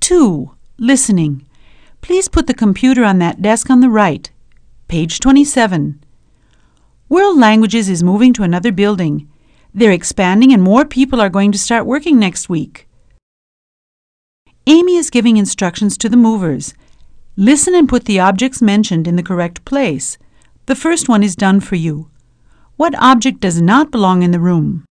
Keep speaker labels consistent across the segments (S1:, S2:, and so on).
S1: 2. Listening. Please put the computer on that desk on the right. Page 27. World Languages is moving to another building. They're expanding, and more people are going to start working next week. Amy is giving instructions to the movers. Listen and put the objects mentioned in the correct place. The first one is done for you. What object does not belong in the room?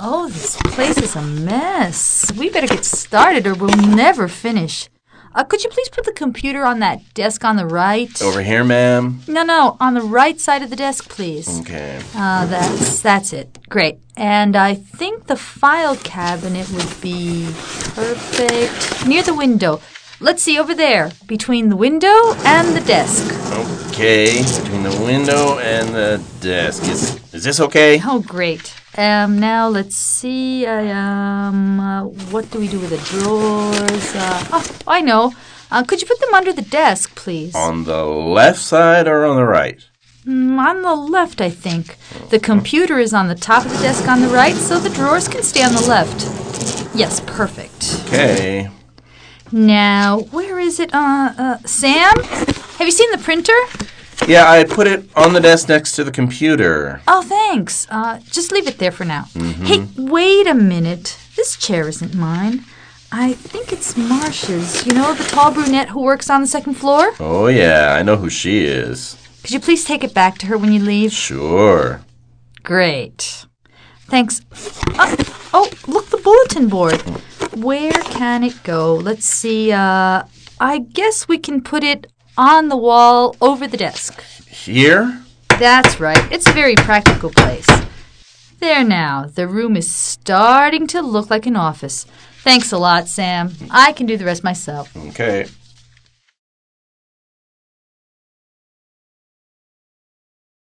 S2: Oh, this place is a mess. We better get started or we'll never finish. Uh, could you please put the computer on that desk on the right?
S3: Over here, ma'am.
S2: No, no, on the right side of the desk, please.
S3: Okay.
S2: Uh, that's that's it. Great. And I think the file cabinet would be perfect near the window. Let's see over there, between the window and the desk.
S3: Okay. Between the window and the desk. Is, is this okay?
S2: Oh, great. Um, now let's see. I, um, uh, what do we do with the drawers? Uh, oh, I know. Uh, could you put them under the desk, please?
S3: On the left side or on the right?
S2: Mm, on the left, I think. The computer is on the top of the desk on the right, so the drawers can stay on the left. Yes, perfect.
S3: Okay.
S2: Now, where is it? Uh, uh, Sam? Have you seen the printer?
S3: Yeah, I put it on the desk next to the computer.
S2: Oh, thanks. Uh, just leave it there for now. Hey, wait a minute. This chair isn't mine. I think it's Marsh's. You know, the tall brunette who works on the second floor?
S3: Oh, yeah. I know who she is.
S2: Could you please take it back to her when you leave?
S3: Sure.
S2: Great. Thanks. Oh, oh, look, the bulletin board. Where can it go? Let's see. Uh, I guess we can put it on the wall over the desk.
S3: Here?
S2: That's right. It's a very practical place. There now. The room is starting to look like an office. Thanks a lot, Sam. I can do the rest myself.
S3: Okay.